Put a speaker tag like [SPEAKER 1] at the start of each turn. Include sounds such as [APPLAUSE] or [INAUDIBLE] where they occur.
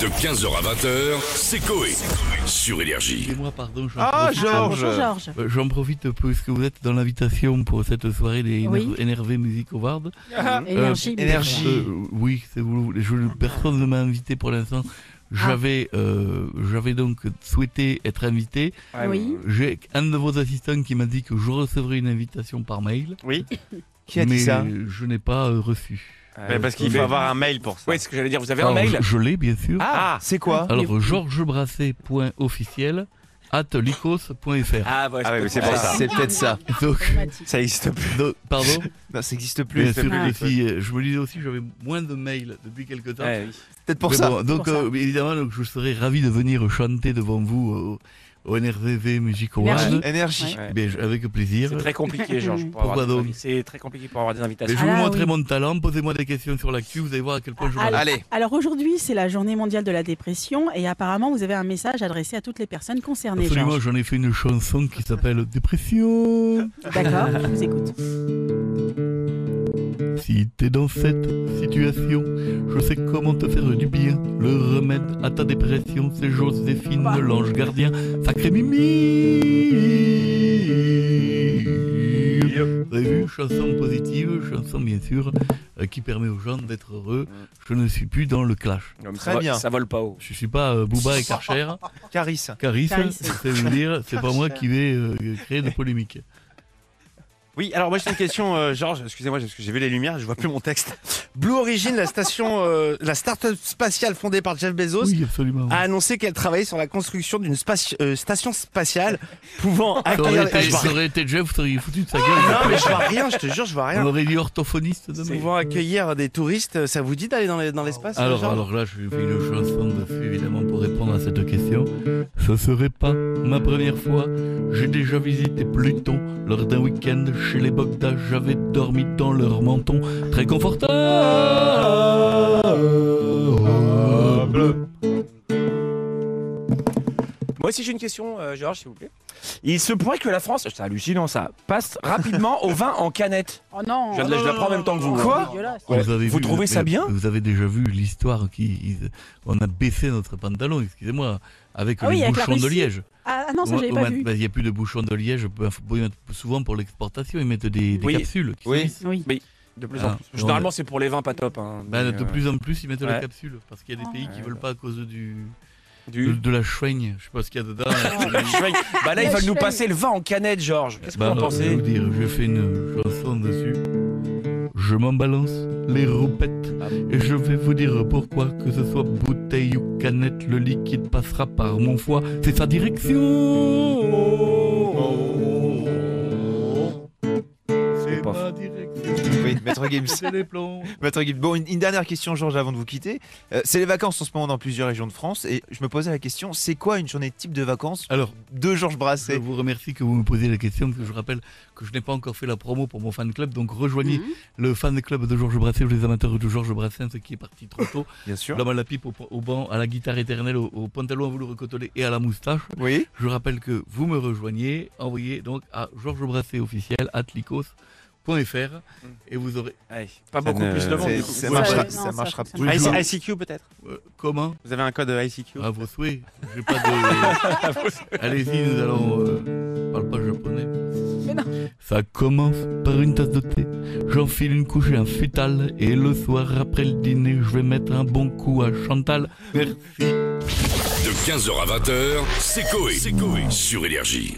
[SPEAKER 1] De 15h à 20h, c'est Coé. Sur Énergie.
[SPEAKER 2] Excusez-moi, pardon, j'en
[SPEAKER 3] Ah,
[SPEAKER 2] profite,
[SPEAKER 3] Georges
[SPEAKER 4] Bonjour, Georges.
[SPEAKER 2] euh, j'en profite puisque vous êtes dans l'invitation pour cette soirée des
[SPEAKER 4] Oui.
[SPEAKER 2] éner- énervés Music Awards.
[SPEAKER 5] Ah,
[SPEAKER 4] Énergie. mais-
[SPEAKER 3] énergie.
[SPEAKER 2] Euh, oui, c'est vous le voulez. Je- personne ne m'a invité pour l'instant.
[SPEAKER 4] Ah.
[SPEAKER 2] J'avais, euh, j'avais donc souhaité être invité.
[SPEAKER 4] Ah Oui.
[SPEAKER 2] J'ai un de vos assistants qui m'a dit que je recevrais une invitation par mail.
[SPEAKER 3] Qui a
[SPEAKER 2] mais
[SPEAKER 3] dit ça
[SPEAKER 2] je n'ai pas euh, reçu.
[SPEAKER 5] Mais parce qu'il faut avoir un mail pour ça.
[SPEAKER 6] Oui, ce que j'allais dire, vous avez un
[SPEAKER 2] Alors,
[SPEAKER 6] mail
[SPEAKER 2] je, je l'ai bien sûr.
[SPEAKER 6] Ah
[SPEAKER 3] C'est quoi
[SPEAKER 2] Alors georgesbrasset.officiel at lycos.fr.
[SPEAKER 6] Ah, ouais,
[SPEAKER 5] Ah ouais, mais c'est
[SPEAKER 6] pour
[SPEAKER 5] pour
[SPEAKER 6] ça.
[SPEAKER 5] ça.
[SPEAKER 3] C'est peut-être ça.
[SPEAKER 2] Donc,
[SPEAKER 4] Automatique.
[SPEAKER 5] Ça existe plus.
[SPEAKER 2] donc, pardon.
[SPEAKER 3] Non, ça n'existe plus.
[SPEAKER 2] Bien
[SPEAKER 3] c'est
[SPEAKER 2] sûr,
[SPEAKER 4] plus.
[SPEAKER 2] et si, euh, je me disais aussi, j'avais moins de mails depuis quelque temps.
[SPEAKER 6] Ouais, Eh oui.
[SPEAKER 3] Peut-être pour
[SPEAKER 2] Mais
[SPEAKER 3] ça.
[SPEAKER 2] bon, donc
[SPEAKER 4] Pour ça.
[SPEAKER 2] euh, évidemment, donc, je serais ravi de venir chanter devant vous euh, au NRVV Music Awards.
[SPEAKER 4] Merci.
[SPEAKER 3] Énergie.
[SPEAKER 6] Ouais.
[SPEAKER 2] Eh bien, je- avec plaisir.
[SPEAKER 6] C'est très compliqué, Georges. pour
[SPEAKER 2] Pourquoi
[SPEAKER 6] avoir des
[SPEAKER 2] donc
[SPEAKER 6] invités. C'est très compliqué pour avoir des
[SPEAKER 2] Mais
[SPEAKER 6] invitations.
[SPEAKER 2] je vais
[SPEAKER 4] Ah
[SPEAKER 2] vous
[SPEAKER 4] là,
[SPEAKER 2] montrer
[SPEAKER 4] oui. Ah,
[SPEAKER 2] mon talent. Posez-moi des questions sur l'actu. Vous allez voir à quel point je
[SPEAKER 4] Allez.
[SPEAKER 2] m'adapte.
[SPEAKER 3] Allez,
[SPEAKER 4] Alors aujourd'hui, c'est la journée mondiale de la dépression et apparemment, vous avez un message adressé à toutes les personnes concernées.
[SPEAKER 2] Absolument,
[SPEAKER 4] Georges.
[SPEAKER 2] j'en ai fait une chanson qui s'appelle Dépression.
[SPEAKER 4] D'accord, je vous écoute.
[SPEAKER 2] Si t'es dans cette situation, je sais comment te faire du bien. Le remède à ta dépression, c'est Joséphine,
[SPEAKER 4] Bah.
[SPEAKER 2] l'ange gardien, sacré Mimi. Vous avez vu, chanson positive, chanson bien sûr, euh, qui permet aux gens d'être heureux. Je ne suis plus dans le clash.
[SPEAKER 6] Non, mais
[SPEAKER 3] Très
[SPEAKER 6] ça, va-
[SPEAKER 3] bien.
[SPEAKER 6] ça vole pas haut.
[SPEAKER 2] Je suis pas euh, Booba et
[SPEAKER 4] [LAUGHS]
[SPEAKER 2] Karcher,
[SPEAKER 3] Caris.
[SPEAKER 2] Caris,
[SPEAKER 4] Caris.
[SPEAKER 2] c'est vous dire, c'est pas moi qui vais euh, créer de polémique.
[SPEAKER 5] Oui, alors moi j'ai une question, euh, Georges. Excusez-moi, parce que j'ai vu les lumières, je vois plus mon texte. Blue Origin, la station, euh, la start-up spatiale fondée par Jeff Bezos,
[SPEAKER 2] Oui, absolument.
[SPEAKER 4] Ah,
[SPEAKER 5] a annoncé qu'elle travaillait sur la construction d'une spaci- euh, station spatiale pouvant
[SPEAKER 2] Ça aurait
[SPEAKER 5] accueillir.
[SPEAKER 2] été-
[SPEAKER 5] Eh, je vois-
[SPEAKER 2] ça aurait été Jeff, vous seriez foutu de sa
[SPEAKER 4] Ah,
[SPEAKER 2] gueule.
[SPEAKER 5] Non, mais je vois rien. Je te jure, je vois
[SPEAKER 2] On
[SPEAKER 5] rien.
[SPEAKER 2] aurait dit orthophoniste demain.
[SPEAKER 5] Pouvant accueillir des touristes, ça vous dit d'aller dans les- dans l'espace euh,
[SPEAKER 2] Alors,
[SPEAKER 5] Georges
[SPEAKER 2] alors là, je fais une chanson dessus, évidemment, pour répondre à cette question. Ce serait pas ma première fois. J'ai déjà visité Pluton lors d'un week-end chez les Bogdas. J'avais dormi dans leur menton, très confortable.
[SPEAKER 6] Moi aussi, j'ai une question, euh, Georges, s'il vous plaît. Il se pourrait que la France, c'est hallucinant ça, passe rapidement au vin en canette.
[SPEAKER 4] Oh non.
[SPEAKER 6] Je, la- je la prends en même temps que vous.
[SPEAKER 5] Quoi
[SPEAKER 6] hein.
[SPEAKER 4] Dégueulasse.
[SPEAKER 6] Ouais.
[SPEAKER 2] avez
[SPEAKER 6] Vous trouvez ça
[SPEAKER 2] mais
[SPEAKER 6] bien
[SPEAKER 2] Vous avez déjà vu l'histoire qui. ils- on a baissé notre pantalon, excusez-moi, avec
[SPEAKER 4] Ah
[SPEAKER 2] le
[SPEAKER 4] oui, avec la
[SPEAKER 2] bouchon de
[SPEAKER 4] Russie.
[SPEAKER 2] liège.
[SPEAKER 4] Ah ah non, ça
[SPEAKER 2] Au-
[SPEAKER 4] j'avais
[SPEAKER 2] au
[SPEAKER 4] pas
[SPEAKER 2] mat-
[SPEAKER 4] vu.
[SPEAKER 2] bah, Il n'y a plus de bouchon de liège. bah, faut- Souvent pour l'exportation, ils mettent des, des
[SPEAKER 6] Oui.
[SPEAKER 2] capsules. qui
[SPEAKER 3] Oui.
[SPEAKER 2] sont-
[SPEAKER 4] Oui.
[SPEAKER 6] De plus
[SPEAKER 2] Ah.
[SPEAKER 6] en plus. Généralement, c'est pour les vins pas top. hein,
[SPEAKER 2] Bah,
[SPEAKER 6] mais,
[SPEAKER 2] de
[SPEAKER 6] euh,
[SPEAKER 2] plus en plus, ils mettent la
[SPEAKER 6] ouais.
[SPEAKER 2] capsule parce qu'il y a
[SPEAKER 4] Ah.
[SPEAKER 2] des pays qui
[SPEAKER 6] Ouais,
[SPEAKER 2] veulent pas à cause du, de,
[SPEAKER 6] du...
[SPEAKER 2] de la chouigne. Je sais pas ce qu'il y a
[SPEAKER 4] [LAUGHS]
[SPEAKER 2] dedans.
[SPEAKER 4] Oh,
[SPEAKER 6] Schwein. bah là, ils
[SPEAKER 4] Le
[SPEAKER 6] veulent nous
[SPEAKER 4] Schwein.
[SPEAKER 6] passer le vin en canette, Georges. Qu'est-ce que
[SPEAKER 2] Bah,
[SPEAKER 6] vous en
[SPEAKER 2] je vais
[SPEAKER 6] pensez
[SPEAKER 2] vous dire, j'ai fait une chanson dessus. Je m'en balance les roupettes
[SPEAKER 6] Ah
[SPEAKER 2] et je vais vous dire pourquoi. Que ce soit bouteille ou canette, le liquide passera par mon foie. C'est sa direction. C'est
[SPEAKER 6] pas
[SPEAKER 2] ma direction.
[SPEAKER 3] Oui, Maître Gims.
[SPEAKER 2] C'est les
[SPEAKER 6] [LAUGHS]
[SPEAKER 2] plombs.
[SPEAKER 3] Maître Gims. Bon, une, une dernière question, Georges, avant de vous quitter. Euh, c'est les vacances en ce moment dans plusieurs régions de France. Et je me posais la question c'est quoi une journée type de vacances
[SPEAKER 2] Alors,
[SPEAKER 3] de Georges
[SPEAKER 2] Je
[SPEAKER 3] Brasset
[SPEAKER 2] vous remercie que vous me posiez la question, parce que je rappelle que je n'ai pas encore fait la promo pour mon fan club. Donc rejoignez
[SPEAKER 6] Mhm.
[SPEAKER 2] le fan club de Georges Brassens, ou les amateurs de Georges Brassens qui est parti trop tôt.
[SPEAKER 3] Bien sûr.
[SPEAKER 2] L'homme à la pipe, au, au banc, à la guitare éternelle, au, au pantalon à velours côtelé et à la moustache.
[SPEAKER 3] Oui.
[SPEAKER 2] Je rappelle que vous me rejoignez, envoyez donc à Georges Brasset officiel, atlicos.fr,
[SPEAKER 4] Mm.
[SPEAKER 2] et vous aurez...
[SPEAKER 6] Ouais, Pas beaucoup
[SPEAKER 5] ne-
[SPEAKER 6] plus de vent.
[SPEAKER 3] c'est-
[SPEAKER 6] du coup.
[SPEAKER 3] Ça
[SPEAKER 4] Ouais,
[SPEAKER 3] marchera,
[SPEAKER 4] ouais, non,
[SPEAKER 3] ça
[SPEAKER 4] ça
[SPEAKER 3] marchera
[SPEAKER 4] fonctionne.
[SPEAKER 2] Oui,
[SPEAKER 5] IC-
[SPEAKER 2] je-
[SPEAKER 5] ICQ peut-être
[SPEAKER 2] euh, comment
[SPEAKER 5] Vous avez un code euh, ICQ
[SPEAKER 2] À vos souhaits. J'ai pas de...
[SPEAKER 4] [LAUGHS]
[SPEAKER 2] Allez-y, nous allons... euh, je parle pas japonais.
[SPEAKER 4] Mais non.
[SPEAKER 2] Ça commence par une tasse de thé. J'enfile une couche et un futal. Et le soir, après le dîner, je vais mettre un bon coup à Chantal. Merci.
[SPEAKER 1] De 15h à 20h, c'est Coé. Sur Énergie.